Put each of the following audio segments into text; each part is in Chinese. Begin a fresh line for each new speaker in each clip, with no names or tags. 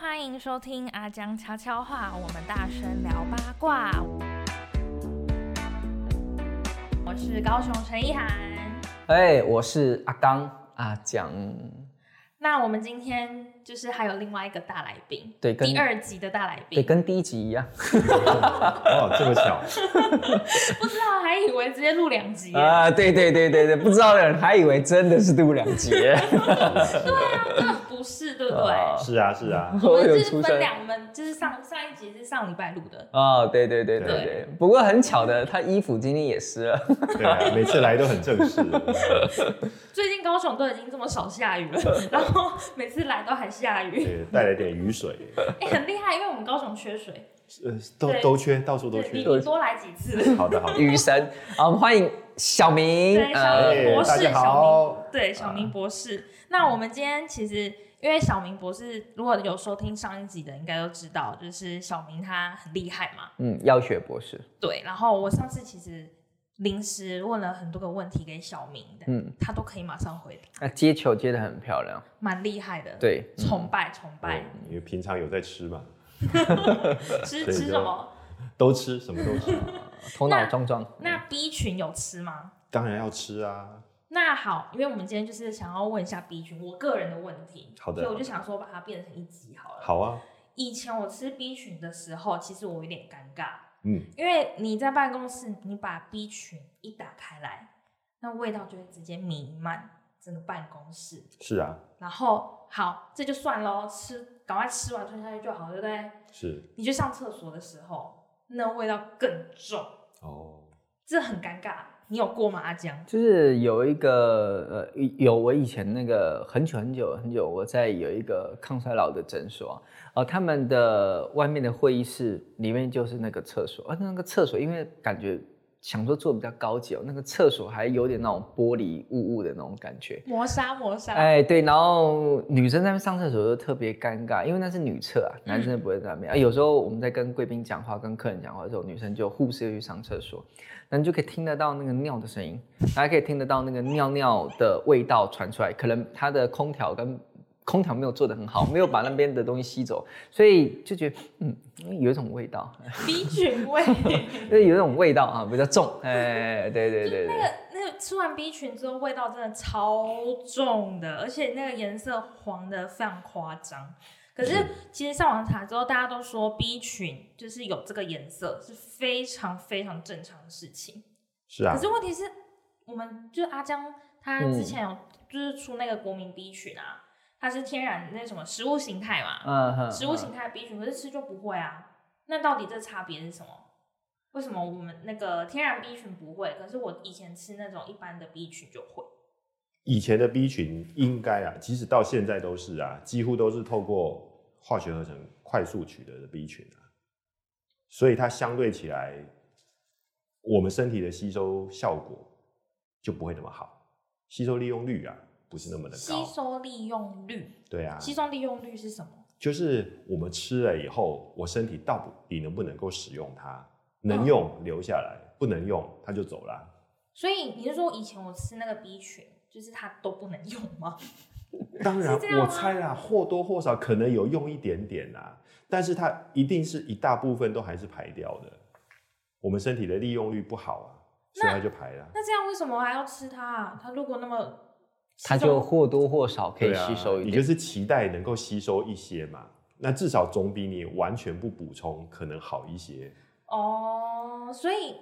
欢迎收听阿江悄悄话，我们大声聊八卦。我是高雄陈意涵。
哎、我是阿刚啊阿蒋，
那我们今天就是还有另外一个大来宾，
对跟
第二集的大来
对，
宾，
跟第一集一样，
哦，这么巧，
不知道还以为直接录两集耶，
啊，对对对对对，不知道的人还以为真的是杜两杰，
对啊，根本不是，对不对？
啊
是啊是啊，
我
我
们
有
就是
出
分
声
两，我们就是上上一集是上礼拜录的，
哦，对对对对
对
对，不过很巧的，他衣服今天也湿了，
对啊，每次来都很正 式。
最近高雄都已经这么少下 雨了，然后每次来都还下雨，
对，带了点雨水，
哎、很厉害，因为我们高雄缺水，
呃，都
对
都缺，到处都
对你
缺。
你多来几次。
好的好 的，
雨神，啊，我们欢迎小明
对，，小
呃，
明博
哎大
士，
家
小
好
明，对，小明博士。那我们今天其实，因为小明博士如果有收听上一集的，应该都知道，就是小明他很厉害嘛，
嗯，药学博士，
对。然后我上次其实临时问了很多个问题给小明的，
嗯
他都可以马上回答，
那接球接的很漂亮，
蛮厉害的，，
对，
崇拜崇拜
对。嗯因为平常有在吃嘛，
吃
对
吃
就
什么？
都吃，什么都吃，
头脑撞撞，
那 B 群有吃吗？
当然要吃啊。
那好，因为我们今天就是想要问一下 B 群我个人的问题，
好的
所以我就
好的
想说把它变成一集好了。
好啊，
以前我吃 B 群的时候，其实我有点尴尬，
嗯，
因为你在办公室，你把 B 群一打开来，那味道就会直接弥漫整个办公室。
是啊，
然后好，这就算喽，吃赶快吃完吞下去就好，对不对？
是
你去上厕所的时候，那味道更重，
哦，
这很尴尬。你有过吗，阿江？
就是有一个呃，有我以前那个很久很久很久，我在有一个抗衰老的诊所啊，呃，他们的外面的会议室里面就是那个厕所，而、呃那个厕所因为感觉想说做比较高级哦，那个厕所还有点那种玻璃雾雾的那种感觉。
磨砂磨砂，
哎，对，然后女生在那边上厕所就特别尴尬，因为那是女厕啊，男生不会在那
嗯
边。啊，有时候我们在跟贵宾讲话、跟客人讲话的时候，女生就护士就去上厕所，那你就可以听得到那个尿的声音，还可以听得到那个尿尿的味道传出来。可能它的空调跟空调没有做得很好，没有把那边的东西吸走，所以就觉得嗯，有一种味道，
B 群味，
就有一种味道啊，比较重。哎，对对对对，
那个吃完 B 群之后味道真的超重的，而且那个颜色黄的非常夸张。可是其实上网查之后，大家都说 B 群就是有这个颜色是非常非常正常的事情。
是啊
可，是问题是，我们就是阿江他
嗯
之前有就是出那个国民 B 群啊，它是天然那什么食物形态嘛，
嗯哼，
食物形态的 B 群，可是吃就不会啊。那到底这差别是什么？为什么我们那个天然 B 群不会，可是我以前吃那种一般的 B 群就会？
以前的 B 群应该啊，即使到现在都是啊，几乎都是透过化学合成快速取得的 B 群啊，所以它相对起来，我们身体的吸收效果就不会那么好，吸收利用率啊不是那么的
吸
高。
收利用率，
对啊，
吸收利用率是什么？
就是我们吃了以后，我身体到底能不能够使用它？
嗯
能用留下来，不能用它就走啦。
所以你是说以前我吃那个 B 群，就是它都不能用吗？
当然
是这样，吗
我猜啦，或多或少可能有用一点点啦，但是它一定是一大部分都还是排掉的。我们身体的利用率不好啊，所以它就排了。
那这样为什么还要吃它、啊？它如果那么
它就或多或少可以
对啊
吸收一
你
点。
就是期待能够吸收一些嘛。那至少总比你完全不补充可能好一些。
哦，所以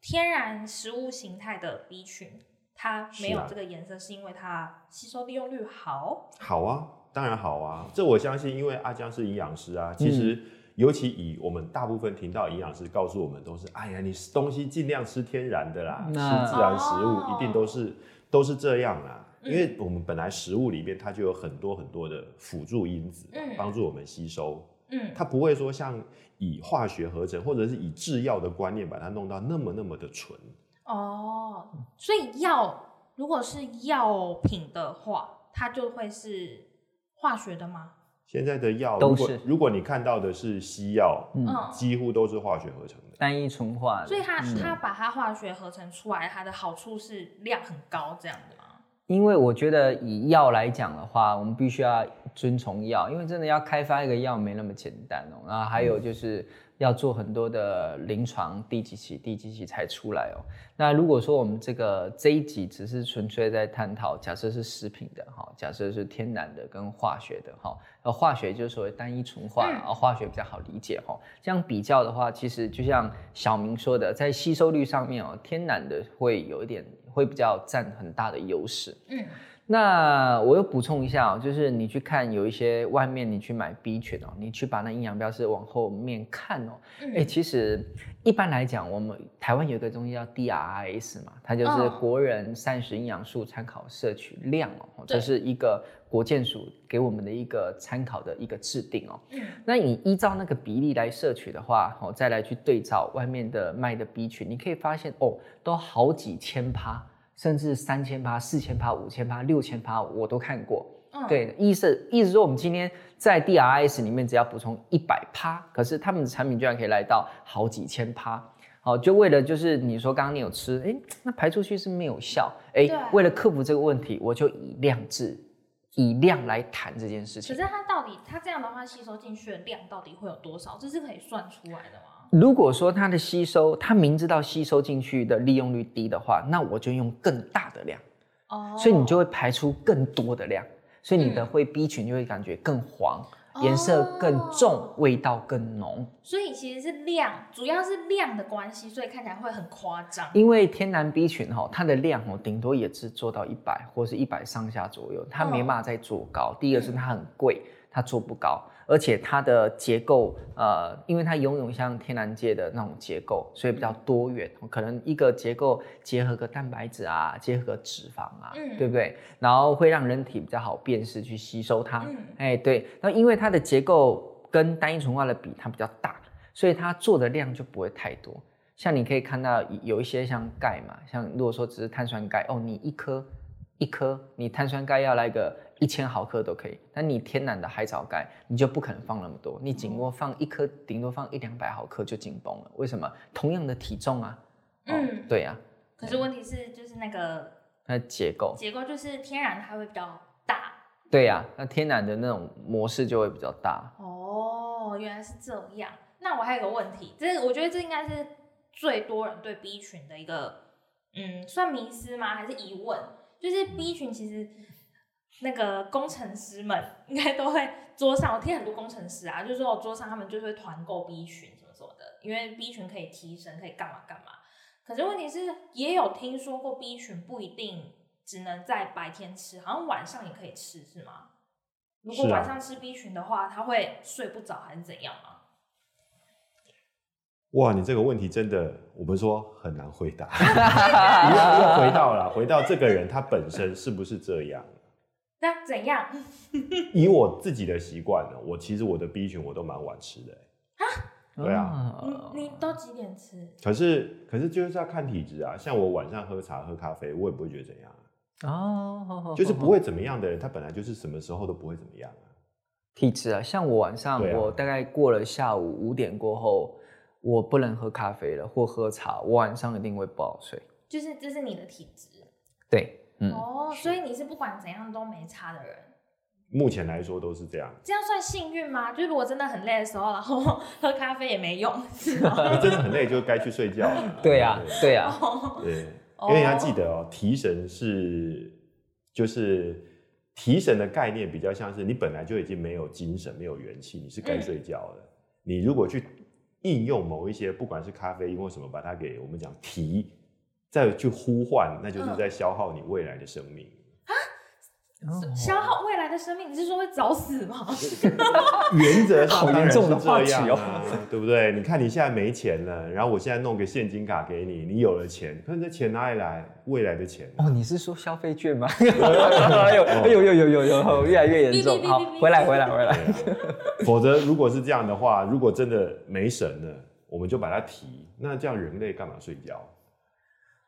天然食物形态的 B 群，它没
是
有
啊
这个颜色，是因为它吸收利用率好。
好啊，当然好啊，这我相信，因为阿江是营养师啊，
嗯
其实。尤其以我们大部分听到营养师告诉我们都是，哎呀，你东西尽量吃天然的啦，吃
那
自然食物
哦
一定都是都是这样啦，
嗯
因为我们本来食物里面它就有很多很多的辅助因子
嗯，
帮助我们吸收，
嗯，
它不会说像以化学合成或者是以制药的观念把它弄到那么那么的纯，
哦，
嗯
所以药如果是药品的话，它就会是化学的吗？
现在的药，
都
如果
是
如果你看到的是西药，
嗯
嗯，
几乎都是化学合成的。
单一纯化的，
所以它
嗯
它把它化学合成出来，它的好处是量很高这样的吗？
因为我觉得以药来讲的话，我们必须要遵从药，因为真的要开发一个药没那么简单哦。然后还有就是要做很多的临床，第几期、第几期才出来哦。那如果说我们这个这一集只是纯粹在探讨，假设是食品的哈，假设是天然的跟化学的哈，那化学就是所谓单一纯化，
嗯
然后化学比较好理解哈。这样比较的话，其实就像小明说的，在吸收率上面哦，天然的会有一点会比较占很大的优势。
嗯，
那我又补充一下哦，就是你去看有一些外面你去买 B 群哦，你去把那营养标识往后面看哦，
嗯
哎、其实一般来讲，我们台湾有一个东西叫 DRIS 嘛，它就是
嗯
国人膳食营养素参考摄取量哦，这
对
是一个国健署给我们的一个参考的一个制定哦。
嗯
那你依照那个比例来摄取的话，哦，再来去对照外面的卖的 B 群，你可以发现哦，都好几千趴，甚至三千趴、四千趴、五千趴、六千趴，我都看过。
嗯，
对，意思意思说我们今天在 DRS 里面只要补充一百趴，可是他们的产品居然可以来到好几千趴。好，就为了就是你说刚刚你有吃，哎，那排出去是没有效，哎
对，
为了克服这个问题，我就以量制，以量来谈这件事
可
情
是。它到底它这样的话吸收进去的量到底会有多少？这是可以算出来的吗？
如果说它的吸收，它明知道吸收进去的利用率低的话，那我就用更大的量，
哦，
所以你就会排出更多的量，所以你的
嗯
会 B 群就会感觉更黄，颜色更重
哦，
味道更浓。
所以其实是量，主要是量的关系，所以看起来会很夸张。
因为天然 B 群哈、它的量哦，顶多也只做到一百或是一百上下左右，它没
嗯
办法再做高。第一个是它很贵，它做不高，而且它的结构呃，因为它拥有像天然界的那种结构，所以比较多元，可能一个结构结合个蛋白质啊，结合个脂肪啊，
嗯
对不对？然后会让人体比较好辨识去吸收它。
嗯
哎，对，那因为它的结构跟单一纯化的比，它比较大，所以它做的量就不会太多。像你可以看到有一些像钙嘛，像如果说只是碳酸钙，哦，你一颗一颗，你碳酸钙要来个一千毫克都可以，但你天然的海藻钙你就不可能放那么多，你顶多放一颗，顶多放一两百毫克就紧绷了。为什么？同样的体重啊，哦、
嗯
对啊，
可是问题是，就是那个
那结构，
结构就是天然它会比较大。
对呀、那天然的那种模式就会比较大。
哦，原来是这样。那我还有个问题，这我觉得这应该是最多人对 B 群的一个，嗯，算迷思吗？还是疑问？就是
嗯
B 群其实那个工程师们应该都会桌上，我听很多工程师啊，就是说我桌上他们就是会团购 B 群什么什么的，因为 B 群可以提升，可以干嘛干嘛。可是问题是，也有听说过 B 群不一定只能在白天吃，好像晚上也可以吃，是吗？如果
是啊
晚上吃 B 群的话，他会睡不着还是怎样吗？
哇，你这个问题真的，我们说很难回 答。又又回到了，回到这个人他本身是不是这样？
那怎样？
以我自己的习惯呢，我其实我的 B 群我都蛮晚吃的欸、 对 啊
哦
你你都几点吃？
可是可是就是要看体质啊。像我晚上喝茶喝咖啡，我也不会觉得怎样啊，
哦，
就是不会怎么样的人，他本来就是什么时候都不会怎么样啊。
体质啊。像我晚上，
对啊
我大概过了下午五点过后，我不能喝咖啡了或喝茶，我晚上一定会不好睡。
就是这是你的体质、
对，嗯，。
哦，所以你是不管怎样都没差的人。
目前来说都是这样，
这样算幸运吗？就是如果真的很累的时候，然后 喝咖啡也没用，是吗？
那真的很累就该去睡觉了
对呀、啊，对呀、啊，
哦
对，因为你要记得哦，提神是就是提神的概念比较像是你本来就已经没有精神、没有元气，你是该睡觉的。
嗯
你如果去应用某一些，不管是咖啡因或什么，把它给我们讲提，再去呼唤，那就是在消耗你未来的生 命。
哦
消耗未来的生命，你是说会早死吗？
原则
好
上
严重的
当然是
话题
这
哦
样啊，对不对？你看你现在没钱了，然后我现在弄个现金卡给你，你有了钱，可是这钱哪里来？未来的钱呢、
哦，你是说消费券吗？ 哎呦哎呦呦呦呦呦，越来越严重。
哔哔哔哔
好，回来回来回来。
啊否则，如果是这样的话，如果真的没神了，我们就把它提。那这样人类干嘛睡觉？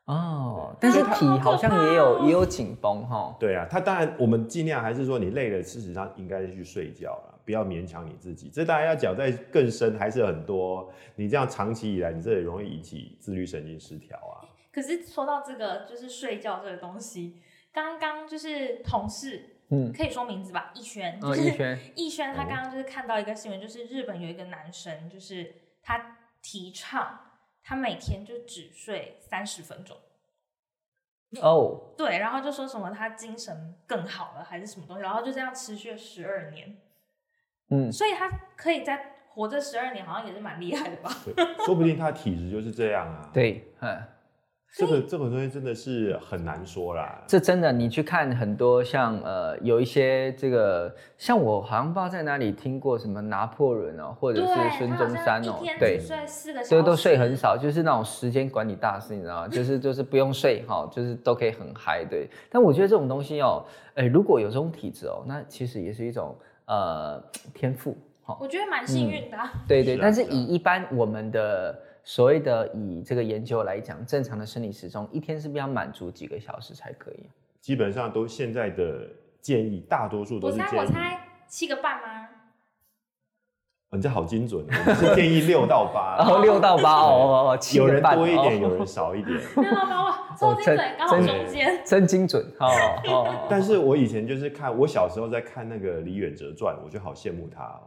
哦，但是
啊
体
好可
好像也
怕
有
哦
也有紧绷哈。
对啊，他当然，我们尽量还是说你累了，事实上应该去睡觉了，不要勉强你自己。这当然要讲在更深，还是很多。你这样长期以来，你这也容易引起自律神经失调啊。
可是说到这个，就是睡觉这个东西，刚刚就是同事，
嗯
可以说名字吧，逸轩，就
嗯，
是
逸 轩，哦
逸轩他刚刚就是看到一个新闻，就是日本有一个男生，就是他提倡他每天就只睡三十分钟，
哦，
对，然后就说什么他精神更好了还是什么东西，然后就这样持续了十二年，
嗯，
所以他可以在活这十二年，好像也是蛮厉害的吧？
对，说不定他体质就是这样啊。，
对，嗯，
这个这种东西真的是很难 说啦。
这真的，你去看很多像呃，有一些这个，像我好像不知道在哪里听过什么拿破仑哦，或者
对，
是
他
孙
好
中
像
山
一
哦
天，
对
只，睡四个小
所
时，
以都睡很。少，就是那种时间管理大师，你知道吗？就是就是不用睡哈、就是都可以很嗨，对。但我觉得这种东西哦，哎，如果有这种体质哦，那其实也是一种呃天赋，哈、
我觉得蛮幸运的啊、
对对，
是啊
但是
是啊
以一般我们的所谓的以这个研究来讲，正常的生理时钟一天是不是要满足几个小时才可以？
基本上都现在的建议，大多数都
我
是
猜
建
我
议。
猜七个半 吗？
哦你这好精准哦，我们是建议六到
然
八，
后六到 八哦哦哦，七
有人
个半
多一点，
哦
有人少一点。
没有把我抽精准，刚好中间。
真精准哦哦哦。
但是我以前就是看，我小时候在看那个《李远哲传》，我就好羡慕他哦。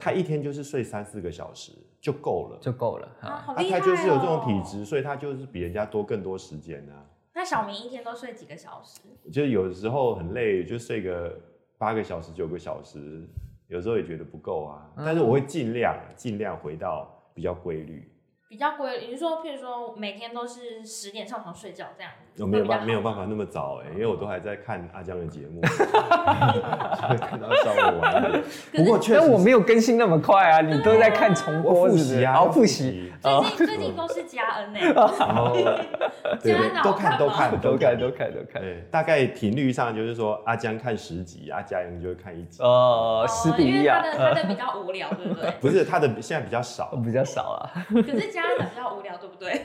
他一天就是睡三四个小时就够了，
就够了
啊，
啊。
好
啊，
厉害、哦！
他就是有这种体。质，所以他就是比人家多更多时间啊。
那小明一天都睡几个小时？
就是有时候很累，就睡个八个小时、九个小时，有时候也觉得不够啊。
嗯
但是我会尽量尽量回到比较规律。
比较规，你是说，譬如说每天都是十点上床睡觉这样子，
我没有
会比较
办
好
没有办法那么早哎、因为我都还在看阿江的节目， 就会看到稍微晚一点。不过确
但我
实是
没有更新那么快啊，你都在看重
我
播，
复
是不是
习啊，
哦
要
复习，
最
哦
近最近都是加 恩呢、欸，
然后对
加恩
对，
好
都
看吗
看都看
都看都。看都看。
对，大概频率上就是说，阿江看十集，阿嘉莹就会看一集。
呃，
哦
十比
因
一
为他
啊，
的他的比较无聊，对不对？
不是他的现在比较少，
比较少啊。
可是加恩的比较无聊，对不对？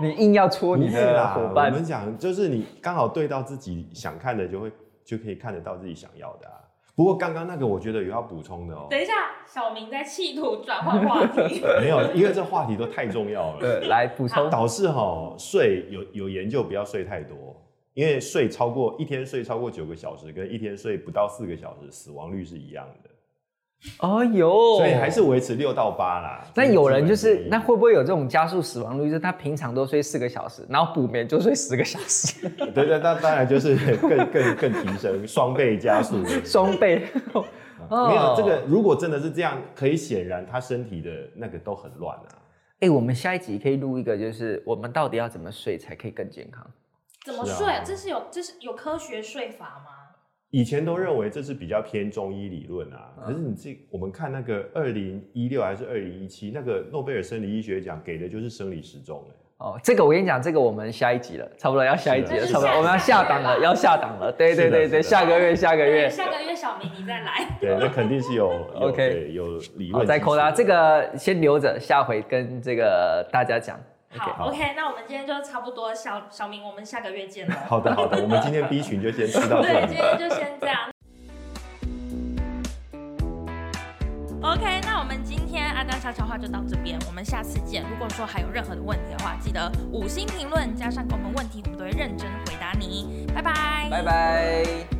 你硬要戳
不
你
是
的
啦，
伙
我
伴
们，讲就是你刚好对到自己想看的，就会就可以看得到自己想要的、啊。不过刚刚那个我觉得有要补充的哦、
等一下，小明在企图转换话 题。
没有，因为这话题都太重要了。
对，呃来补充。
导致哈、睡有有研究不要睡太多，因为睡超过一天睡超过九个小时，跟一天睡不到四个小时，死亡率是一样的，
哦哟，
所以还是。维持六到八啦。
那有人就
基
是，
本
那
建议
会不会有这种加速死亡率？就是他平常都睡四个小时，然后补眠就睡十个小时，
对对，那当然就是更更更提升，双倍加速。 啊
双倍。哦
没有这个，如果真的是这样，可以显然他身体的那个都很乱啊。
哎、我们下一集可以录一个，就是我们到底要怎么睡才可以更健康？
怎么
是
睡？
啊
这是有这是有科学睡法吗？
以前都认为这是比较偏中医理论啊，
嗯
可是你这我们看那个二零一六还是二零一七那个诺贝尔生理医学奖给的就是生理时钟、欸，
哦，这个我跟你讲，这个我们下一集了，差不多要下一集了，
是的
差不多我们要下档了，要下档了。对对对对，
是的是的
下个月下个
对，
月，
下个月小明你再来。
对，那肯定是有有
OK
对有理
好，
论。
哦再扣啦，这。个先留着，下回跟这个大家讲。
好
好
，OK，那我们今天就差不多，小小明，我们下个月见了。
好的好的，我们今天 B 群就先吃到这
对，
里
今。天就先这样。OK，那我们今天阿江悄悄话就到这边，我们下次见。如果说还有任何的问题的话，记得五星评论加上给我们问题，我们都会认真回答你。拜拜，
拜拜。